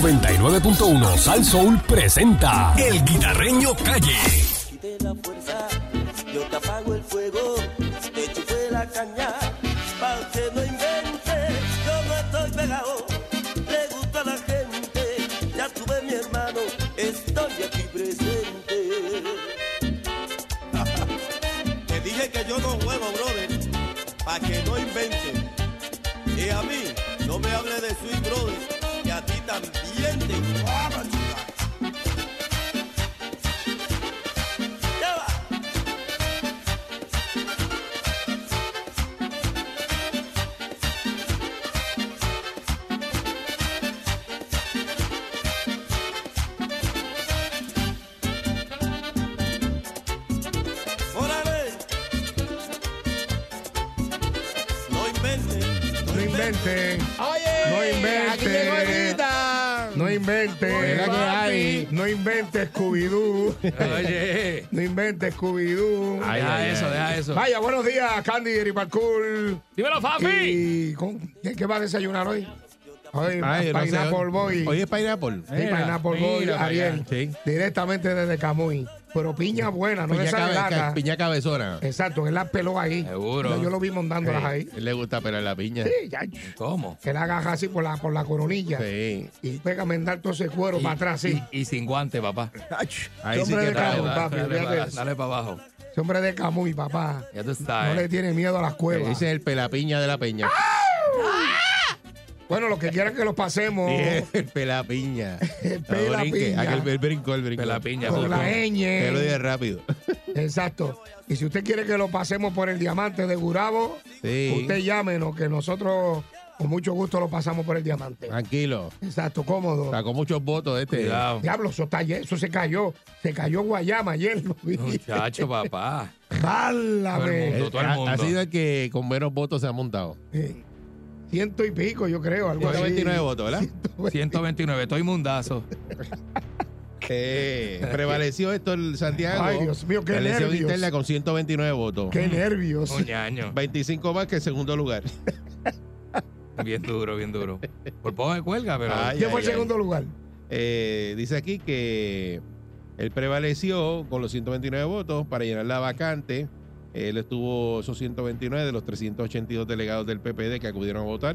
99.1 Sal Soul presenta El Guitarreño Calle. quité la fuerza, yo te apago el fuego, te chupé la caña, pa' que no inventes, yo no estoy pegado, le gusta a la gente, ya tuve mi hermano, estoy aquí presente. Te dije que yo no juego, brother, para que no inventen. Y a mí, no me hable de Sweet Brother, que a ti también te guapan, chica. Ya va. Órale. No inventen, no No inventen. inventen. Oye, No inventes. aquí llegó el Guita. No inventes. ¿Verdad que hay? No inventes, Scooby-Doo. Oye, No inventes, Scooby-Doo. deja eso, deja eso. Vaya, buenos días, Candy Ripalcool. Dímelo, Fafi. ¿Y con- qué, qué va a desayunar hoy? Hoy, Ay, no sé. Pineapple Boy. Hoy es Pineapple. Sí, Pineapple Boy, mira para Ariel. allá. Sí. Directamente desde Camuy. Pero piña buena, no Piña, esa cabe- de lata. ca- piña cabezona. Exacto, él las peló ahí. Seguro. Yo lo vi montándolas Sí, ahí. él le gusta pelar la piña. Sí, ya. ¿Cómo? Él agarra así por la, por la coronilla. Sí. Y pega a mendar todo ese cuero para atrás, sí. Y, y sin guante, papá. Ahí sí hombre que de trae. Camuy, la- papi, dale, olvídate para, de eso. dale para abajo. Ese hombre de Camuy, papá. Ya tú No estás. le eh. tiene miedo a las cuevas. Ese es el pelapiña de la peña. Bueno, los que quieran que los pasemos Sí, es el pelapiña. Oh. El No, pelapiña. brinque. Aquel el brinco, el brinco. Pelapiña, con Con la Que lo ñ. dije rápido. Exacto. Y si usted quiere que lo pasemos por el diamante de Gurabo, Sí. usted llámenos, que nosotros con mucho gusto lo pasamos por el diamante. Tranquilo. Exacto, cómodo. Sacó muchos votos este. Cuidado. Diablo, eso, está ye- eso se cayó. Se cayó Guayama ayer. lo vi. Muchacho, papá. Válame. Todo el Eh, ha, mundo. ha sido el que con menos votos se ha montado. Eh, Ciento y pico, yo creo, algo así. 129 votos, ¿verdad? 129, estoy mundazo. Eh, prevaleció esto el Santiago. Ay, Dios mío, qué La elección nervios. interna con 129 votos. Qué nervios. Un ñaño. 25 más que el segundo lugar. Bien duro, bien duro. Por poco me cuelga, pero. Ay, ¿Quién fue el ay. segundo lugar? Eh, dice aquí que él prevaleció con los 129 votos para llenar la vacante. Él estuvo esos 129 de los 382 delegados del PPD que acudieron a votar.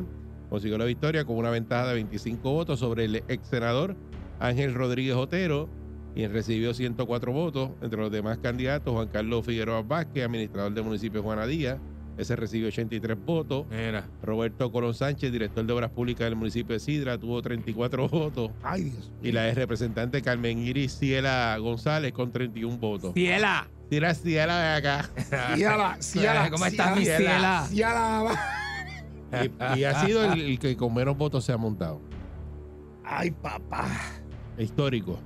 Consiguió la victoria con una ventaja de 25 votos sobre el ex senador Ángel Rodríguez Otero, quien recibió 104 votos. Entre los demás candidatos, Juan Carlos Figueroa Vázquez, administrador del municipio de Juana Díaz, ese recibió 83 votos. Mira. Roberto Colón Sánchez, director de Obras Públicas del municipio de Sidra, tuvo 34 votos Ay, Dios. y la ex representante Carmen Iris Ciela González con 31 votos. ¡Ciela! Tira Ciela de acá. Ciala, Ciala. ¿Cómo estás, mi Ciala? Ciela? Ciala. Y, y ha sido el, el que con menos votos se ha montado. Ay, papá. Histórico.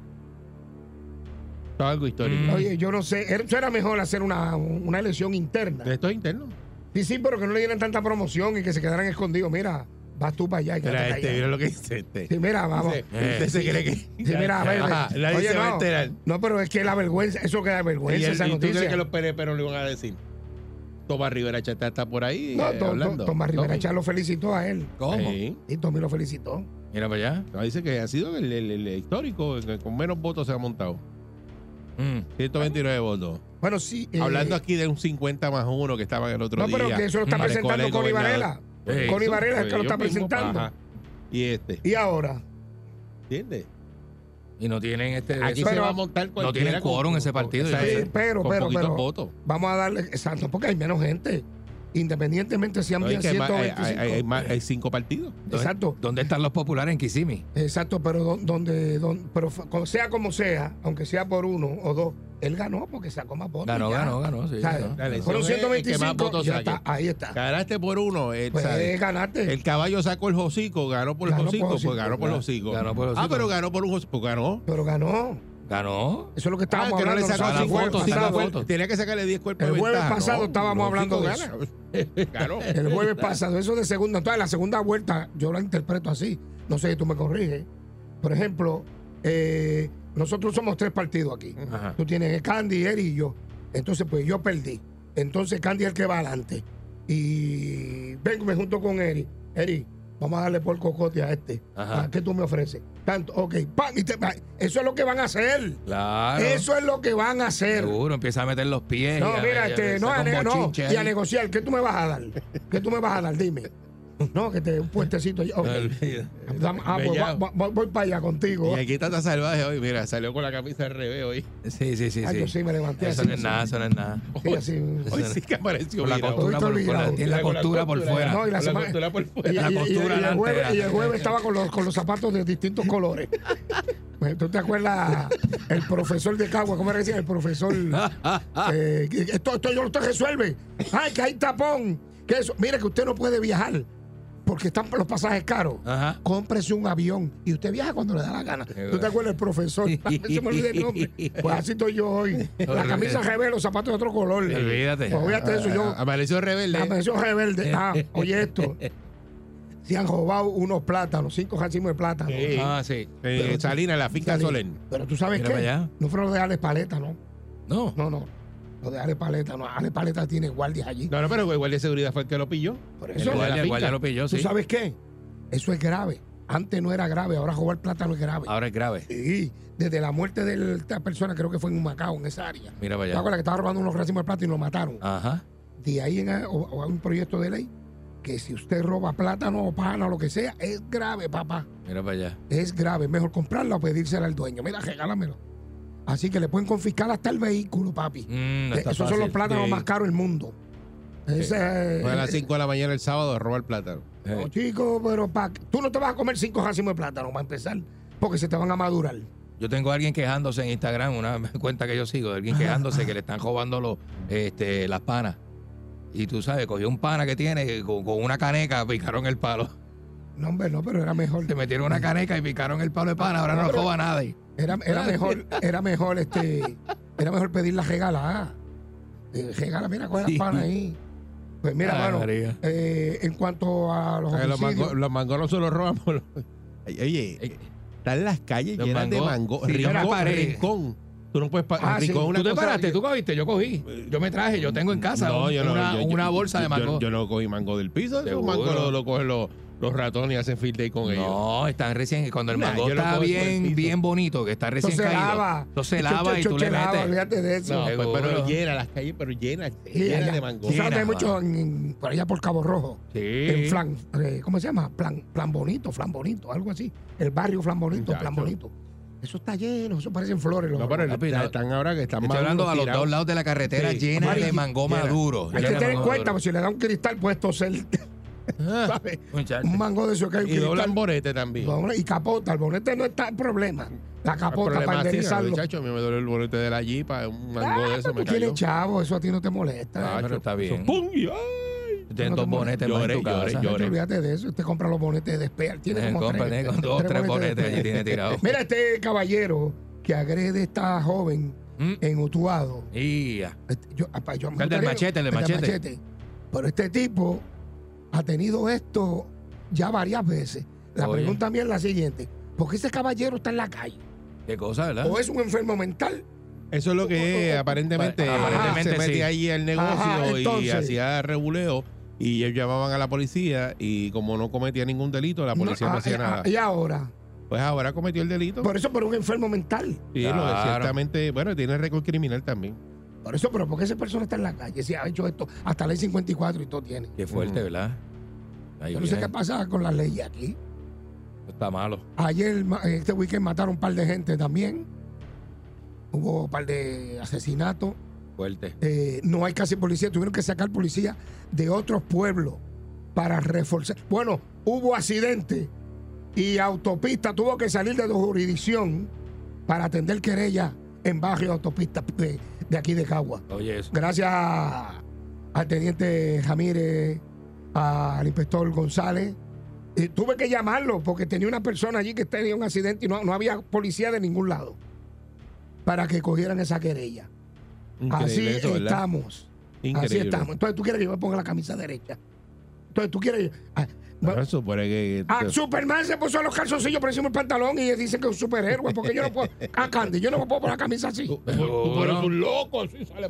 Esto es algo histórico. Mm. Oye, yo no sé. Eso era mejor hacer una, una elección interna. Esto es interno. Sí, sí, pero que no le dieran tanta promoción y que se quedaran escondidos. Mira, vas tú para allá. Y Mira quédate este, callado. mira lo que dice este. sí, mira, vamos. Dice, Usted se cree que. Sí, mira, a ver. Ajá, nadie Oye, se va a no. enterar. No, pero es que la vergüenza, eso queda Y, vergüenza el, esa y tú crees noticia. que los PNP no le van a decir. Tomás Rivera Chata está por ahí. No, eh, Tom- hablando. Tom- Tomás Rivera Tommy. Chá lo felicitó a él. ¿Cómo? Sí. Y Tommy lo felicitó. Mira para allá. No, Dice que ha sido el, el- el histórico, el que con menos votos se ha montado. Mm. 129 votos. Bueno, sí. eh, Hablando aquí de un 50 más uno que estaba el otro No, día. pero que eso lo está Mm. presentando Connie Varela. Sí. Connie Varela es que lo está presentando. Ajá. Y este, Y ahora, ¿entiendes? Y no tienen este. Aquí Eh, eso- se pero- va a montar cualquiera. tienen con- quórum con- ese partido, con- yo esa- sé. Sí, eh, pero, Eh, con pero, poquitos pero. votos. vamos a darle. Exacto, porque hay menos gente. Independientemente si han No, es bien que hay, más- hay, 125. hay- hay- hay más- hay cinco partidos. ¿dónde- Exacto. ¿Dónde están los populares en Kissimmee? Exacto, pero don- donde, don- pero fue- como sea como sea, aunque sea por uno o dos, él ganó porque sacó más votos. Ganó, ya. eh, ganó, ganó. Sí, ¿Sabes? ganó. Dale, Fueron eso es el que más 125, votos ya saque. está, ahí está. Ganaste por uno. El, Pues sabe, ganaste. el caballo sacó el hocico, ganó por Ganó el por hocico, hocico, pues ganó por el hocico. Ganó por el Ah, hocico. pero ganó por un hocico, pues ganó. Pero ganó. Ganó. Eso es lo que Ah, estábamos que no hablando le sacó nosotros la el cinco jueves votos, foto, sacó pasado. foto. cuerpo. Tenía que sacarle 10 cuerpos. El de jueves ventaja, pasado estábamos hablando de hocico Ganó. El Ganó. jueves pasado, eso de segunda. Entonces, la segunda vuelta, yo la interpreto así. No sé si tú me corriges. Por ejemplo, eh, nosotros somos tres partidos aquí. Ajá. Tú tienes el Candy, él y yo. Entonces, pues yo perdí. Entonces, Candy es el que va adelante. Y vengo, me junto con Eri. Eri, Vamos a darle por cocote a este. Ajá. Ah, ¿Qué tú me ofreces? Tanto, ok, ¡pam! y te- pa- eso es lo que van a hacer. Claro. Eso es lo que van a hacer. Seguro, empieza a meter los pies. No, y a- y mira, a- este, no, a saca un ne- no, bochinche y a ahí. negociar, ¿qué tú me vas a dar? ¿Qué tú me vas a dar? Dime. No, que te un puestecito. yo, ok. No, olvida. Dam- ah, pues, va- Bellao. va- voy, para allá contigo. ah. Y aquí está tan salvaje hoy, mira, salió con la camisa al revés hoy. Sí, sí, sí. Ah, sí. yo sí me levanté eso así, no es así. nada, eso no es nada. Sí, así. Hoy sí que apareció. Con la virado. costura por, con la, olvidado. tiene la Con costura por fuera. Ah, No, y la Con semana- costura por Y, y- fuera. La y- y- costura y el, adelante, jueves, y el adelante. jueves estaba con los, con los zapatos de distintos colores. Pues, ¿Tú te acuerdas el profesor de Cagua? ¿Cómo era que decía? El profesor. Ah. eh, que esto, esto yo lo te resuelve. Ay, que hay tapón. Que eso. Mire que usted no puede viajar porque están los pasajes caros. Ajá. Cómprese un avión y usted viaja cuando le da la gana. ¿Tú te acuerdas del profesor? Se me olvidó el nombre. Pues así estoy yo hoy. La camisa revés, los zapatos de otro color. Olvídate. Ah, Pues, olvídate de eso. Yo, Amaneció rebelde. la versión rebelde. Ah, oye esto. Se han robado unos plátanos, cinco racimos de plátano. Sí. Ah, sí. Eh, Salina, la finca Salí. Solén. Pero tú sabes Mira qué. para allá. No fueron los de Alex Paleta, ¿no? No. No, no. Los de Alex Paleta, no. Alex Paleta tiene guardias allí. No, no, pero igual de seguridad fue el que lo pilló. Por El eso, guardia- guardia, el finca. guardia lo pilló, ¿tú sí. sabes qué? Eso es grave. Antes no era grave, ahora robar plátano es grave. Ahora es grave. Sí, desde la muerte de esta persona, creo que fue en Macao, en esa área. Mira ¿Te Ah. para allá. acuerdas que estaba robando unos racimos de plátano y lo mataron? Ajá. de ahí en, a- o, o hay un proyecto de ley que si usted roba plátano o pana o lo que sea, es grave, papá. Mira para allá. Es grave. Es Mejor comprarla o pedírsela al dueño. Mira, regálamelo. Así que le pueden confiscar hasta el vehículo, papi. Mm, no Eh, está Esos son los fácil. plátanos Sí. más caros del mundo. Ese, eh, Fue a las 5 de la mañana el sábado a robar plátano. no, Eh, chico, pero pa, tú no te vas a comer cinco racimos de plátano para empezar, porque se te van a madurar. Yo tengo a alguien quejándose en Instagram, una cuenta que yo sigo, de alguien quejándose que le están robando los, este, las panas. Y tú sabes, cogió un pana que tiene eh, con, con una caneca, picaron el palo. No, hombre, no, pero era mejor. Te metieron una caneca y picaron el palo de pana, ahora no roba a nadie. Era, Ah, era mejor, era mejor este, era mejor pedir la regala. Eh, regala, mira, coge las Sí. panas ahí. Pues mira, Ay, mano, María. eh, en cuanto a los Porque Los, homicidios, mango- los mangos no se los roban por los- Ay, Oye, están las calles Eh. Los llenas de mangos. mango. Sí, yo no rincón, paré. rincón. Tú no puedes parar. Ah, sí. rincón es una Tú te cosa paraste, que- tú cogiste, yo cogí. Yo me traje, yo tengo en casa No, un- yo no, una, yo- yo- una bolsa de yo- mango. Yo, no cogí mango del piso. Los Seguro. mangos lo, lo cogen los, los ratones y hacen field day con ellos. No, están recién. Cuando el Nah, mango yo lo está cojo por el bien, piso. bien bonito, que está eso recién se caído. lava. Entonces se Cho- lava cho- y tú cho- le se lava, metes. Olvídate de eso. No, pues, Seguro. pero llena las calles, pero llena, Sí, llena allá. de mango. Tú sabes que hay Llena, mucho mano. en- en- por allá por Cabo Rojo. En Sí. Flan, eh, ¿cómo se llama? Plan, plan Bonito, Flan Bonito, algo así. El barrio Flan Bonito, Plan Muchacho. Bonito. Eso está lleno, eso parecen flores. los- No, pero Papi, están- no. están ahora que están Estoy hablando a los tirados. dos lados de la carretera Sí. llena de Amarillo. mango Llena. maduro. hay que Llena de tener en mango cuenta, maduro. porque si le da un cristal, pues, puede toser. Ah, ¿sabes? muchacho. Un mango de eso que hay un Y cristal. doblan borete también. Doble- Y capota, el bonete no está el problema. La El capota problema para es así, enderezarlo. muchacho, a mí me duele el bolete de la jipa, un mango Ah, de eso tú me tienes cayó. chavo, eso a ti no te molesta. Ah, pero está bien. ¡Pum! Y ¡ay! Tienes no dos te bonetes más en tu Lloré, lloré, casa. lloré. Muchacho, olvídate de eso. Usted compra los bonetes de Spear. Tiene Eh, como compra, tres, tiene con dos, tres de bonetes allí Spear. tiene tirado. Mira este caballero que agrede a esta joven Mm. en Utuado. Ia. Este, yo, apa, yo me El del gustaría- machete, el del machete. Pero este tipo ha tenido esto ya varias veces. La Oye. pregunta mía es la siguiente. ¿Por qué ese caballero está en la calle? Qué cosa, ¿verdad? ¿O es un enfermo mental? Eso es lo que aparentemente, Ajá, se aparentemente metía sí. ahí al negocio Ajá, y entonces. hacía reguleo y ellos llamaban a la policía y como no cometía ningún delito, la policía no, No, ah, hacía eh, nada. ah, Y ahora, Pues ahora cometió el delito. por eso, por un enfermo mental. Sí, lo- Claro. ciertamente, bueno, tiene récord criminal también. Por eso, pero porque esa persona está en la calle, si ha hecho esto, hasta ley 54 y todo tiene. Qué fuerte, ¿verdad? Ahí Mm. Yo no sé viene. qué pasa con las leyes aquí. Está malo. Ayer, ma- este weekend, mataron un par de gente también. Hubo un par de asesinatos. Fuerte. Eh, no hay casi policía. Tuvieron que sacar policía de otros pueblos para reforzar. Bueno, hubo accidente y autopista tuvo que salir de tu jurisdicción para atender querellas en barrio autopista de, de aquí de Cagua. Oye, eso. gracias a- al teniente Ramírez, a- al inspector González. Y tuve que llamarlo porque tenía una persona allí que tenía un accidente y no, no había policía de ningún lado para que cogieran esa querella. Así Increíble eso, ¿verdad? estamos. Así Increíble. estamos. Entonces tú quieres que yo me ponga la camisa derecha. Entonces tú quieres. ah, Ahora supone que. Ah, Superman se puso los calzoncillos por encima del pantalón y dicen que es un superhéroe. Porque yo no puedo. Ah, Candy, yo no me puedo poner la camisa así. Tú- tú eres un loco, así sale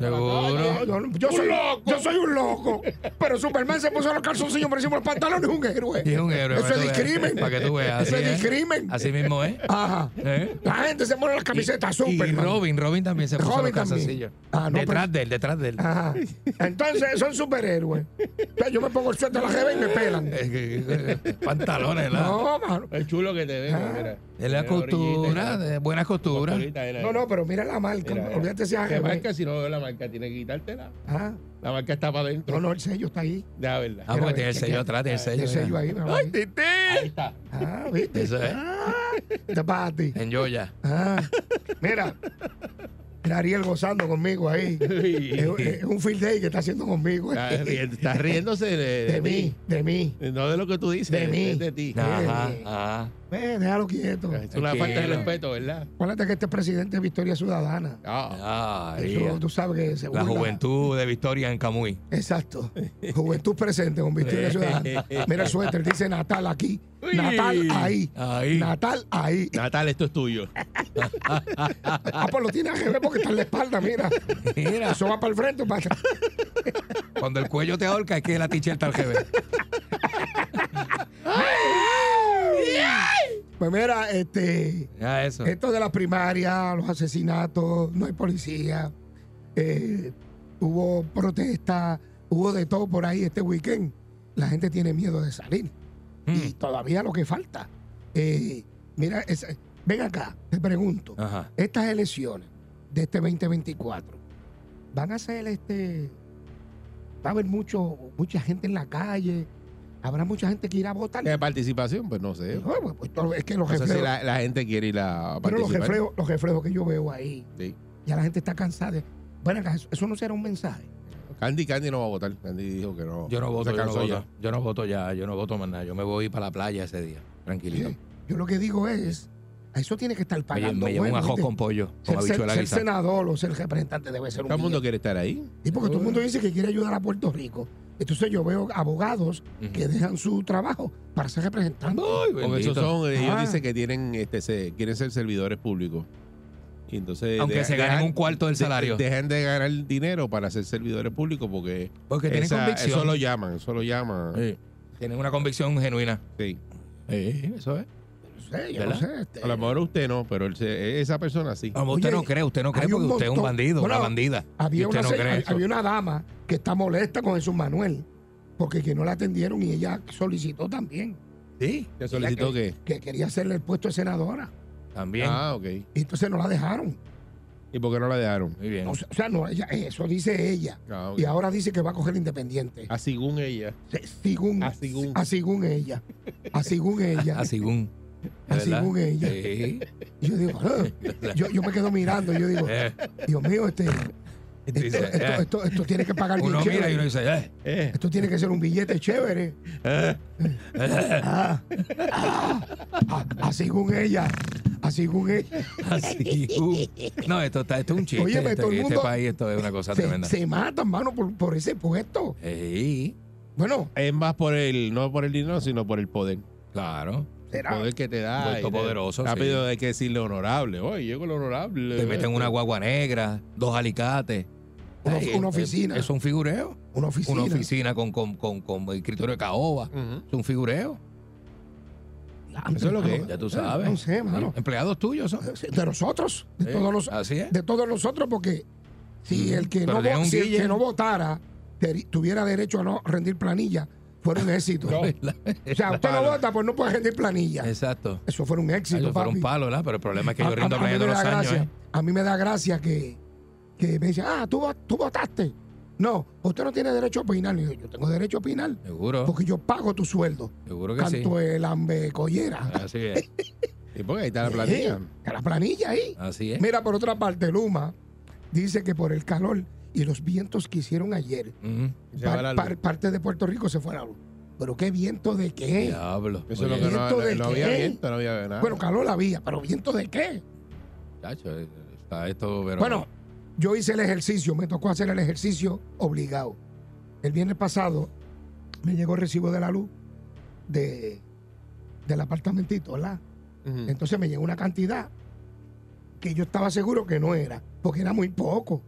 Yo, Seguro. yo- yo soy, yo soy un loco. Pero Superman se puso los calzoncillos por encima del pantalón y es un héroe. Y es un héroe. Eso para es que tú veas. discrimen. Para que tú veas. Eso así es discrimen. Así mismo es. Ajá. ¿Eh? La gente se pone las camisetas Y Superman. Robin, Robin también se puso Robin los también. calzoncillos. Ah, no, Ah. detrás de él, detrás de él. Ajá. Entonces son superhéroes. Entonces, yo me pongo el suéter de la jeva y me pelan. Eh, que- que- pantalones, ¿la? No, mano. Es chulo que te veo, mira. Ah, Es la Mira, Eh, orillita, costura, mira. de buena costura. Ahorita, mira, No, no, pero mira la marca. mira, mira. Olvídate ¿eh? si es ¿Qué AGB. marca? Si no veo la marca, tiene que quitártela. Ajá. La marca está para adentro. Ah, No, no, el sello está ahí. Ya, verdad. Ah, porque tiene el sello atrás, tiene el sello. El sello mira. ahí, mira. ¡Ay, Titi! Ahí está. Ah, ¿viste? Eso es. Ah, te pasa a ti. En Yoya. Ah, mira. Mira Ariel gozando conmigo ahí. Es, es un field day que está haciendo conmigo. Ah, Está riendo- está riéndose de, Pues De mí, de mí. No de lo que tú dices, De mí. es de ti. Ajá, ajá. Ve, déjalo quieto. Es una falta de Tranquilo. respeto, ¿verdad? Acuérdate que este es presidente de Victoria Ciudadana. Ah, Ay, eh. Eso, tú sabes que se la burla. juventud de Victoria en Camuy. Exacto. Juventud presente con Victoria Ciudadana. Mira el suéter, dice Natal aquí. Uy. Natal ahí. Ahí. Natal ahí. Natal, esto es tuyo. Ah, pues lo tiene que ver porque está en la espalda, mira. Mira, Eso va para el frente o para atrás. cuando el cuello te ahorca es que la tichel está al jefe. Pues mira, este. Ya eso. Esto de la primaria, los asesinatos, no hay policía, eh, hubo protestas, hubo de todo por ahí este weekend. La gente tiene miedo de salir. Y Mm. todavía lo que falta. Eh, mira, es- ven acá, te pregunto. Ah. Ajá. Estas elecciones de este 2024 van a ser este. Va a haber mucho, mucha gente en la calle. Habrá mucha gente que irá a votar. ¿Qué participación? Pues no sé. No, pues, pues, todo- es que los No sé si reflejos- la, la gente quiere ir a pero los participar. reflejos, los reflejos que yo veo ahí, Sí. ya la gente está cansada. de- Bueno, acá, eso, eso no será un mensaje. Candy, Candy no va a votar. Candy dijo que no. Yo no voto, yo Se no cansó voto. Yo no voto ya, yo no voto más nada. Yo me voy para la playa ese día. Tranquilito. Oye, yo lo que digo es, a eso tiene que estar Me, pagando. me llevo un bueno, ajo ¿viste? con pollo, Ser- con ser, habichuela ser guisada. senador o ser representante debe ser Todo el un mundo mundo quiere estar ahí. Y porque todo el mundo dice que quiere ayudar a Puerto Rico. Entonces yo veo abogados que dejan su trabajo para ser representantes. Ay, Porque bendito. esos son, ellos Ah. dicen que tienen, este, se- quieren ser servidores públicos. Y entonces Aunque deja- se ganen dejan- un cuarto del de- salario. dejan de ganar dinero para ser servidores públicos porque Porque tienen esa- convicción. Eh. eso lo llaman, eso lo llaman. Sí. Tienen una convicción genuina. Sí. Sí, eso es. No sé, yo no ¿Verdad? sé, este, A lo mejor usted no, pero él se- esa persona sí. Como Oye, usted no cree, usted no cree hay un porque usted es un montón- bandido, Bueno, una bandida. Y había, usted una, no se- cree eso. había una dama que está molesta con Jesús Manuel porque que no la atendieron y ella solicitó también Sí, ¿Te solicitó que? que quería hacerle el puesto de senadora. también. Ah, ok. Y entonces no la dejaron. ¿Y por qué no la dejaron? Muy bien. O sea, o sea, no, ella- eso dice ella. Ah, ok. Y ahora dice que va a coger independiente. Ah, según ella. Se- Según, Ah, según. ah, según ella. Ah, según ella. Ah, según. Ah, ¿Verdad? según ella. Sí. Yo digo, ah. yo, yo me quedo mirando. Yo digo, Eh, Dios mío, este, esto, dice, esto- eh. esto- esto tiene que pagar bien Uno mira y uno chévere. dice, eh, Eh, Esto tiene que ser un billete chévere. eh, Ah, ah, ah, ah, según ella. Ah, según ella. así. uh. No, esto, está, esto es un chiste. Óyeme, esto- todo el este mundo- país esto es una cosa Se, tremenda. se matan, mano, por, por ese puesto. Sí, Bueno, es más por el, no por el dinero, sino por el poder. claro. El será. poder que te da. Vuelto y te- poderoso, Rápido hay que decirle honorable. Oye, llego el honorable. Te meten eh. una guagua negra, dos alicates. Una- Ay, una eh, oficina. Es un figureo. Una oficina. Una oficina con, con, con, con escritorio de caoba. Ujú. Es un figureo. Eso es lo que es. Ya tú sabes. Eh, No sé, mano. Empleados tuyos son. De nosotros, de Eh, todos los, Así es. de todos nosotros, porque si Mm, el que, pero no, deja vo- un si el guille. que no votara teri- tuviera derecho a no rendir planilla, fuera un éxito. O sea, usted no Palo. vota, pues no puede rendir planilla. Exacto. Eso fuera un éxito, Eso fueron papi. palos, ¿verdad? Pero el problema es que A- yo a- rindo a a mí de me los da años. gracia- ¿eh? A mí me da gracia que, que me dicen, ah, tú, vo- tú votaste. No, usted no tiene derecho a opinar. Y yo, yo tengo derecho a opinar Seguro, porque yo pago tu sueldo. seguro que sí. Ah, Canto el hambre collera. Así es, Y porque ahí está la planilla. Sí, a la planilla ahí. así ¿Eh? es. Mira, por otra parte, Luma dice que por el calor y los vientos que hicieron ayer, Ujú. Se va par- la luz. par- parte de Puerto Rico se fue a la luz. Pero qué viento de qué. Diablo. Eso es Oye, lo que no, ¿Viento de no qué? había viento, no había nada. Bueno, calor había, pero viento de qué. chacho, eh, está esto, pero. Bueno, yo hice el ejercicio, me tocó hacer el ejercicio obligado. El viernes pasado me llegó el recibo de la luz de, del apartamentito, ¿verdad? Ujú. Entonces me llegó una cantidad que yo estaba seguro que no era, porque era muy poco.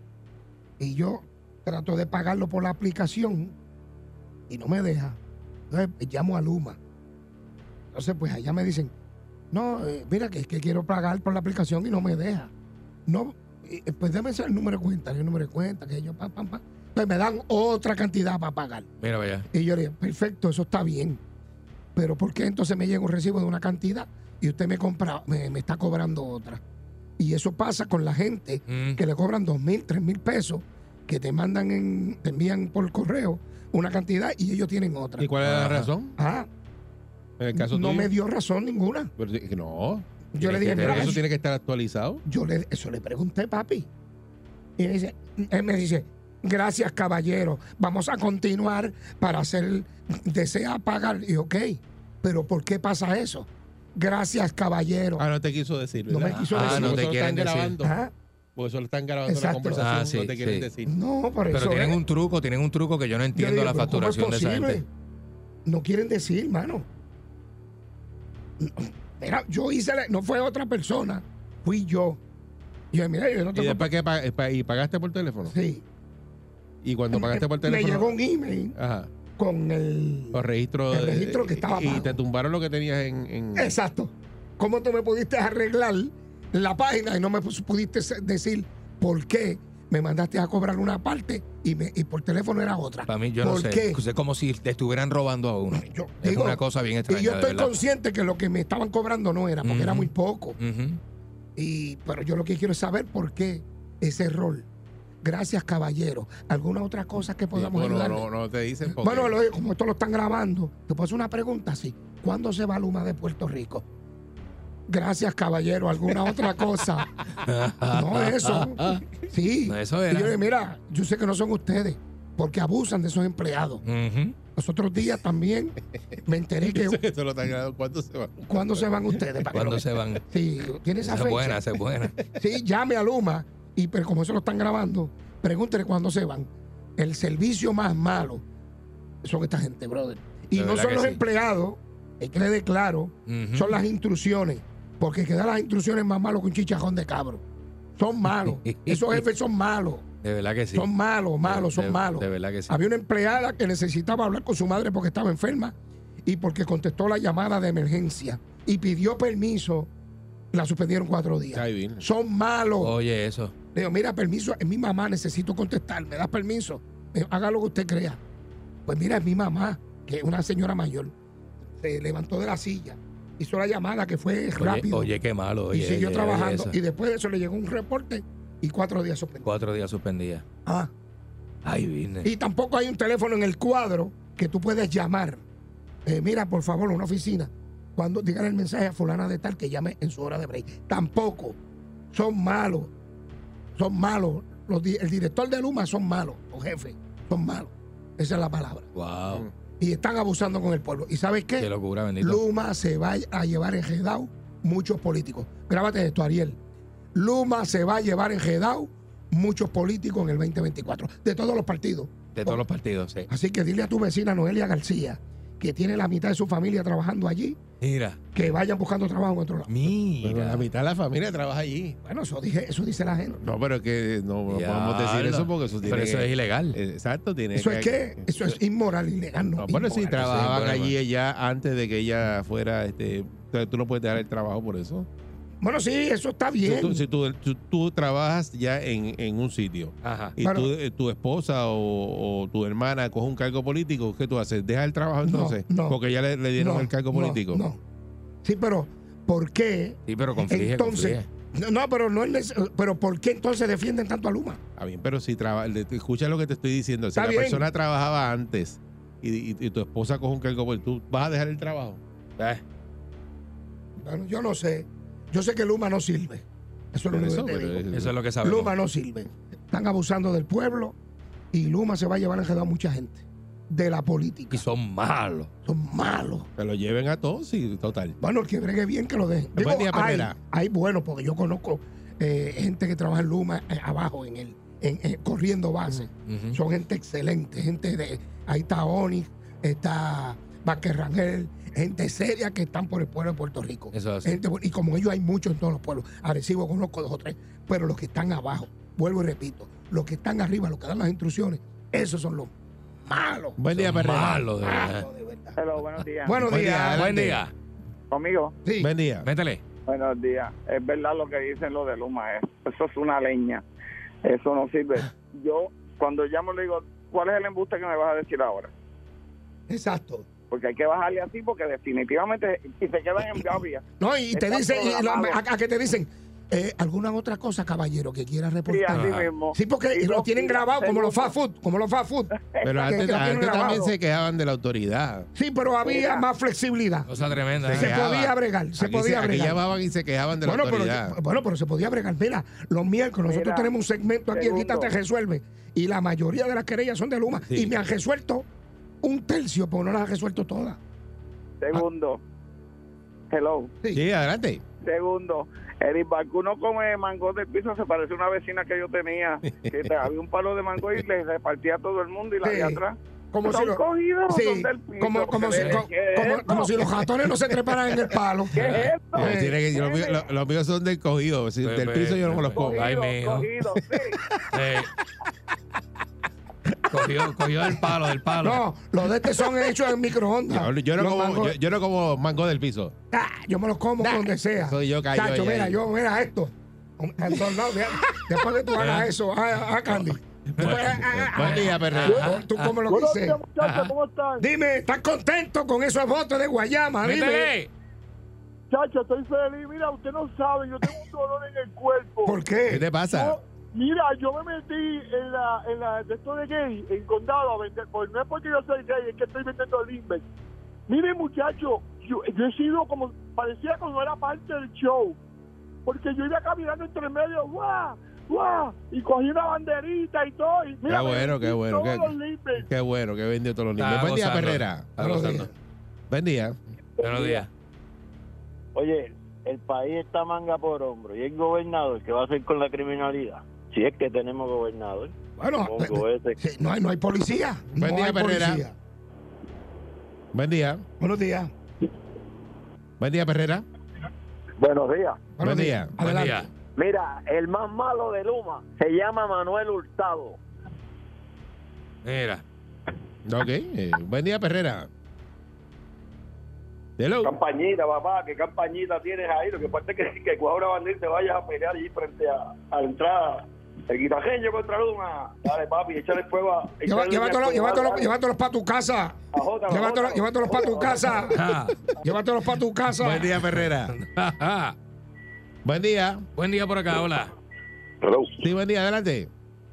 Y yo trato de pagarlo por la aplicación y no me deja. Entonces pues, llamo a Luma. Entonces, pues allá me dicen, no, eh, mira que es que quiero pagar por la aplicación y no me deja. No, eh, eh, pues déme el número de cuenta, el número de cuenta, que yo, pam, pam, pam. Pues me dan otra cantidad para pagar. Mira, vaya. Y yo le dije, perfecto, eso está bien. Pero ¿por qué entonces me llega un recibo de una cantidad y usted me, compra, me, me está cobrando otra? Y eso pasa con la gente Mm. que le cobran dos mil, tres mil pesos, que te mandan, en, te envían por correo una cantidad y ellos tienen otra. ¿Y cuál era la Ajá. razón? Ah, En el caso no tuyo. me dio razón ninguna. Pero es que no. Yo le Tiene dije, que- mira, eso eso- tiene que estar actualizado. yo le, eso le pregunté, papi. Y me dice, él me dice, gracias, caballero. Vamos a continuar para hacer, desea pagar. Y yo, ok, pero ¿por qué pasa eso? Gracias, caballero. Ah, Ah, no te quiso decir. No ¿verdad? me quiso Ah, decir. no Porque te eso lo quieren están decir. grabando. Ajá. Por eso lo están grabando Exacto. la conversación, Ah, sí, no te quieren sí. decir. No, por eso. Pero tienen es. un truco, tienen un truco que yo no Yo entiendo digo, la pero ¿cómo es facturación de esa posible? gente. No quieren decir, mano. No, Mira, yo hice, la- no fue otra persona, fui yo. Y yo, mira, yo no ¿Y te después que pa- pa- y pagaste por teléfono? Sí. ¿Y cuando pagaste por Me- Me teléfono? llegó un email Ajá. con el. Los registros. El de- registro que estaba Y, y pago. te tumbaron lo que tenías en. en- Exacto. ¿Cómo tú me pudiste arreglar la página y no me pus- pudiste se- decir por qué me mandaste a cobrar una parte y, me, y por teléfono era otra? Para mí, yo no ¿Por sé. qué? Es como si te estuvieran robando a uno. Yo es digo, una cosa bien extraña. y yo de estoy verdad. consciente que lo que me estaban cobrando no era, porque era Ujú. muy poco. Ujú. Y, pero yo lo que quiero es saber por qué ese error. Gracias, caballero. ¿Alguna otra cosa que Sí, podamos bueno, ayudarle? no, no te dicen. porque- Bueno, lo- como esto lo están grabando, te puedo hacer una pregunta así. ¿Cuándo se va Luma de Puerto Rico? Gracias, caballero. ¿Alguna otra cosa? No, eso. Sí. No, eso Y era. yo le digo, mira, yo sé que no son ustedes, porque abusan de esos empleados. Ujú. Los otros días también me enteré que Eso, eso lo están grabando. ¿Cuánto se va? cuándo se van ustedes. Para que ¿Cuándo lo- se van? Sí, tiene esa, Esa es fecha. buena, esa es buena. Sí, llame a Luma y pero como eso lo están grabando, pregúntele cuándo se van. El servicio más malo son esta gente, brother. Y De no verdad son que los sí. empleados, es que le declaro, Ujú. son las intrusiones. Porque que da las intrusiones más malo que un chichajón de cabro. Son malos. Esos jefes son malos. De verdad que sí. Son malos, malos, son De- de- malos. De verdad que sí. Había una empleada que necesitaba hablar con su madre porque estaba enferma y porque contestó la llamada de emergencia y pidió permiso, la suspendieron cuatro días. Ay, bien. Son malos. Oye, eso. Le digo, mira, permiso, es mi mamá, necesito contestar, ¿me das permiso? Me dijo, haga lo que usted crea. Pues mira, es mi mamá, que es una señora mayor. Se levantó de la silla, hizo la llamada que fue Oye, rápido oye, qué malo. Oye, y siguió oye, trabajando. oye, eso. y después de eso le llegó un reporte y cuatro días suspendido. Cuatro días suspendida. Ah, Ay, vine. y tampoco hay un teléfono en el cuadro que tú puedes llamar. Eh, mira, por favor, una oficina. Cuando digan el mensaje a fulana de tal que llame en su hora de break. Tampoco. Son malos. Son malos. Los di- el director de Luma son malos. Los jefes son malos. Esa es la palabra. Wow. Y están abusando con el pueblo. ¿Y sabes Qué qué? locura, bendito. Luma se va a llevar enredado muchos políticos. Grábate esto, Ariel. Luma se va a llevar enredado muchos políticos en el 2024. De todos los partidos. de todos los partidos, sí. Así que dile a tu vecina Noelia García, que tiene la mitad de su familia trabajando allí, Mira, que vayan buscando trabajo en otro lado. Pero mira. la mitad de la familia trabaja allí. Bueno, eso, dije, eso dice la gente. No, pero es que no Ya podemos decir lo- eso porque eso tiene Pero eso que- es ilegal. Eh, Exacto, tiene Eso es que, eso es inmoral, ilegal, no. No, bueno, si inmoral. trabajaban bueno, allí ella antes de que ella fuera, este, tú- tú no puedes dejar el trabajo por eso. Bueno, sí, eso está Si bien. tú, si tú- tú- tú trabajas ya en, en un sitio Ajá. y Claro. tú- eh, tu esposa o, o tu hermana coge un cargo político, ¿qué tú haces? ¿Deja el trabajo No, entonces? no. Porque ya le, le dieron No, el cargo no, político. No, Sí, pero ¿por qué? Sí, pero conflige, entonces, conflige. no, no, pero no es neces- pero ¿por qué entonces defienden tanto a Luma? Está bien, pero si traba, le- te- escucha lo que te estoy diciendo. Si Está la bien. persona trabajaba antes y, y- y tu esposa coge un cargo político, ¿tú vas a dejar el trabajo? Eh, Bueno, yo no sé. Yo sé que Luma no sirve. Eso es lo Por único eso, que te pero digo. es- Eso es lo que sabemos. Luma no sirve. Están abusando del pueblo y Luma se va a llevar enredado a mucha gente de la política. Y son malos. Son malos. que lo lleven a todos y total. Bueno, el que bregue bien que lo dejen. Buen día, hay, Perrera. hay buenos, porque yo conozco eh, gente que trabaja en Luma eh, abajo, en el, en- en- corriendo base. Ujú. Son gente excelente, gente de. Ahí está Oni, está Vázquez Rangel, gente seria que están por el pueblo de Puerto Rico. Eso es así. Gente bu- y como ellos hay muchos en todos los pueblos. Arecibo conozco dos o tres, pero los que están abajo, vuelvo y repito, los que están arriba, los que dan las instrucciones, esos son los malos. Buen día, Perrera. Malo, de verdad. malos de verdad. Hello, buenos días. Buenos Buen día, días. Buen día. Conmigo, Sí. Buen día. Métele. buenos días. Es verdad lo que dicen lo de Luma. es- Eso es una leña. Eso no sirve. Yo, cuando llamo, le digo, ¿cuál es el embuste que me vas a decir ahora? Exacto. Porque hay que bajarle así, porque definitivamente, y se quedan en Gavia. No, y te Está dicen, y lo- programado. a, a que te dicen, eh, ¿alguna otra cosa, caballero, que quieras Sí, reportar? así Ah. mismo. Sí, porque Y lo no- tienen y grabado, como los seguro. fast food, como los fast food. Pero antes, que lo tienen antes también grabado. se quejaban de la autoridad. Sí, pero había Mira. más flexibilidad. Cosa tremenda. Se Se ¿eh? quejaba. podía bregar, se Aquí podía aquí bregar. llamaban y se quejaban de la Bueno pero, autoridad. bueno, pero se podía bregar. Mira, los miércoles nosotros Mira, tenemos un segmento aquí, segundo. Quita te resuelve. Y la mayoría de las querellas son de Luma. Sí. Y me han resuelto un tercio, pero no las han resuelto todas. Segundo. Hello. Sí, adelante. Segundo, el Barcuno come mango del piso, se parece a una vecina que yo tenía, que te- había un palo de mango y le repartía a todo el mundo y la Sí. de atrás. Como si son lo- cogidos, Sí, son del piso. como, como, ¿Qué si, es co- esto? como- como si los ratones no se treparan en el palo. Eh, ¿Qué es esto? Yo, tiene que- yo- los, míos, lo- los míos son del cogido. si- Pepe, del piso yo no me los Pepe. como. Ay, mijo. Cogido, cogido, sí. Eh, cogió, cogió el palo, del palo. No, los de este son hechos en microondas. Yo, yo no Ah, Los como, mangos- yo, yo no como mango del piso. Ah, yo me los como donde sea. Soy yo callo Chacho, ahí, mira, ahí. yo, mira esto. Un- entornado, mira. después que tú hagas eso, ah, ah, Candy. Después, ah, ah, Buen ah, día, Perrera. Tú ah, como lo Buenos dices. días, muchachos, ¿cómo están? Dime, ¿estás contento con esos votos de Guayama? ¿eh? Dime. Métele. Chacho, estoy feliz. Mira, usted no sabe, yo tengo un dolor en el cuerpo. ¿Por ¿Qué qué? te pasa? Yo- mira, yo me metí en la, en la de esto de gay, en condado, a vender, pues no es porque yo soy gay, es que estoy vendiendo Limber. Mire, muchacho, yo, yo he sido como, parecía como era parte del show, porque yo iba caminando entre medio, guau, guau, y cogí una banderita y todo, y mira, Qué bueno, me qué metí bueno, todos qué- los Limber. Qué bueno que vendió todos los Está niños. Buen día, gozando. Perrera. Está gozando. Buen día. Buenos días. Oye, el país está manga por hombro y el gobernador, ¿qué va a hacer con la criminalidad? Si es que tenemos gobernador, Bueno, pongo ese. sí, no, hay, no hay policía. Buen no día, hay Perrera. policía. Buen día. Buenos días. Buen día, Perrera. Buenos días. Buenos día. días. Buen Adelante. día. Mira, el más malo de Luma se llama Manuel Hurtado. Mira. Ok. eh, buen día, Perrera. Hello. Campañita, papá, qué campañita tienes ahí. Lo que pasa es que, que cuadra bandera te vayas a pelear allí frente a, a la entrada. El guitajeño contra Luma. Dale, papi, échale fuego a. Lleva- échale leña a Llévatelos tu llévatelos- madre. llévatelos para tu casa. Ajótalo, Llévatelos ajótalo. llévatelos para tu casa. Ah, Llévatelos para tu casa. Buen día, Perrera. ah, ah. Buen día. Buen día por acá, hola. Hello. Sí, buen día. Adelante. Sí,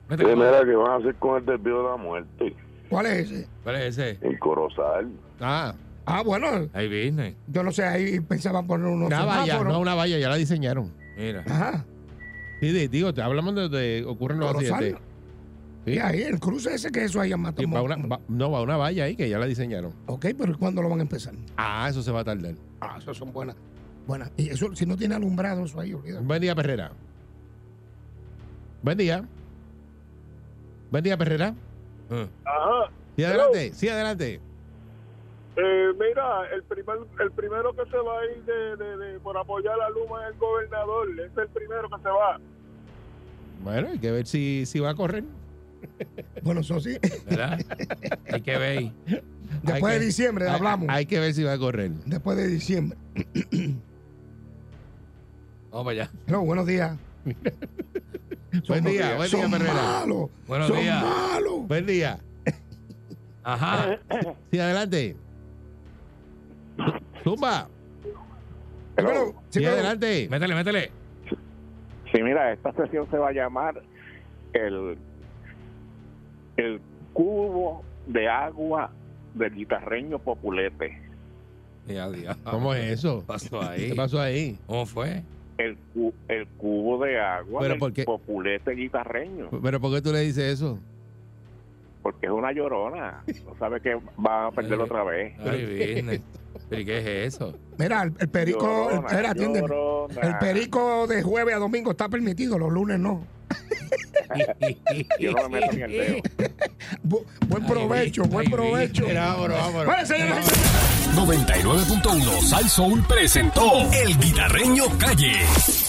Métele. mira, ¿qué van a hacer con el desvío de la muerte? ¿Cuál es ese? ¿Cuál es ese? En Corozal. Ah, Ah, bueno, Ahí business. yo no sé, ahí pensaban poner unos una valla. semáforos. No, una valla. Ya la diseñaron. Mira. Ajá. Sí, de- digo, te hablamos de donde ocurren los Corozal. accidentes. Sí. Y ahí, el cruce ese que eso ahí en Sí, va Matamoros. una- va- no, va una valla ahí que ya la diseñaron. Ok, pero ¿y ¿cuándo lo van a empezar? Ah, eso se va a tardar. Ah, esas son buenas. Buenas. Y eso, si no tiene alumbrado, eso ahí, olvídate. Buen día, Perrera. Buen día. Buen día, Perrera. Ah. Ajá, Sí, adelante. Sí, adelante. Eh, mira, el primer, el primero que se va a ir de, de- de- por apoyar a Luma es el gobernador, es el primero que se va. Bueno, hay que ver si, si va a correr. Bueno, eso sí. ¿Verdad? Hay que ver. ahí. Después que- de diciembre Hay- hablamos. Hay, que ver si va a correr. Después de diciembre. Vamos para allá. No, buenos días. Buen día, buen día, son Perrera. malos. Buenos son días. malos. Buen día. Ajá. Sí, adelante. Zumba. Bueno, sí, Sí, pero- adelante. Métele, métele. Sí, mira, esta sesión se va a llamar el, el cubo de agua del guitarreño populete. Ya, ya. ¿Cómo es eso? ¿Qué pasó ¿Qué ahí? pasó ahí? ¿Cómo fue? El, cu- el cubo de agua Pero del ¿por qué? populete guitarreño, ¿Pero por qué tú le dices eso? porque es una llorona. No sabe que van a perder Eh, otra vez. Ay, business. ¿Pero y qué es eso? Mira, el, el perico. el- Llorona, espera, atiéndeme. llorona. El perico de jueves a domingo está permitido, los lunes no. Yo no me meto ni el dedo. Bu- buen provecho, buen provecho. Vámonos, vámonos. Bueno, señores, 99.1 Sal Soul presentó El Guitarreño Calle.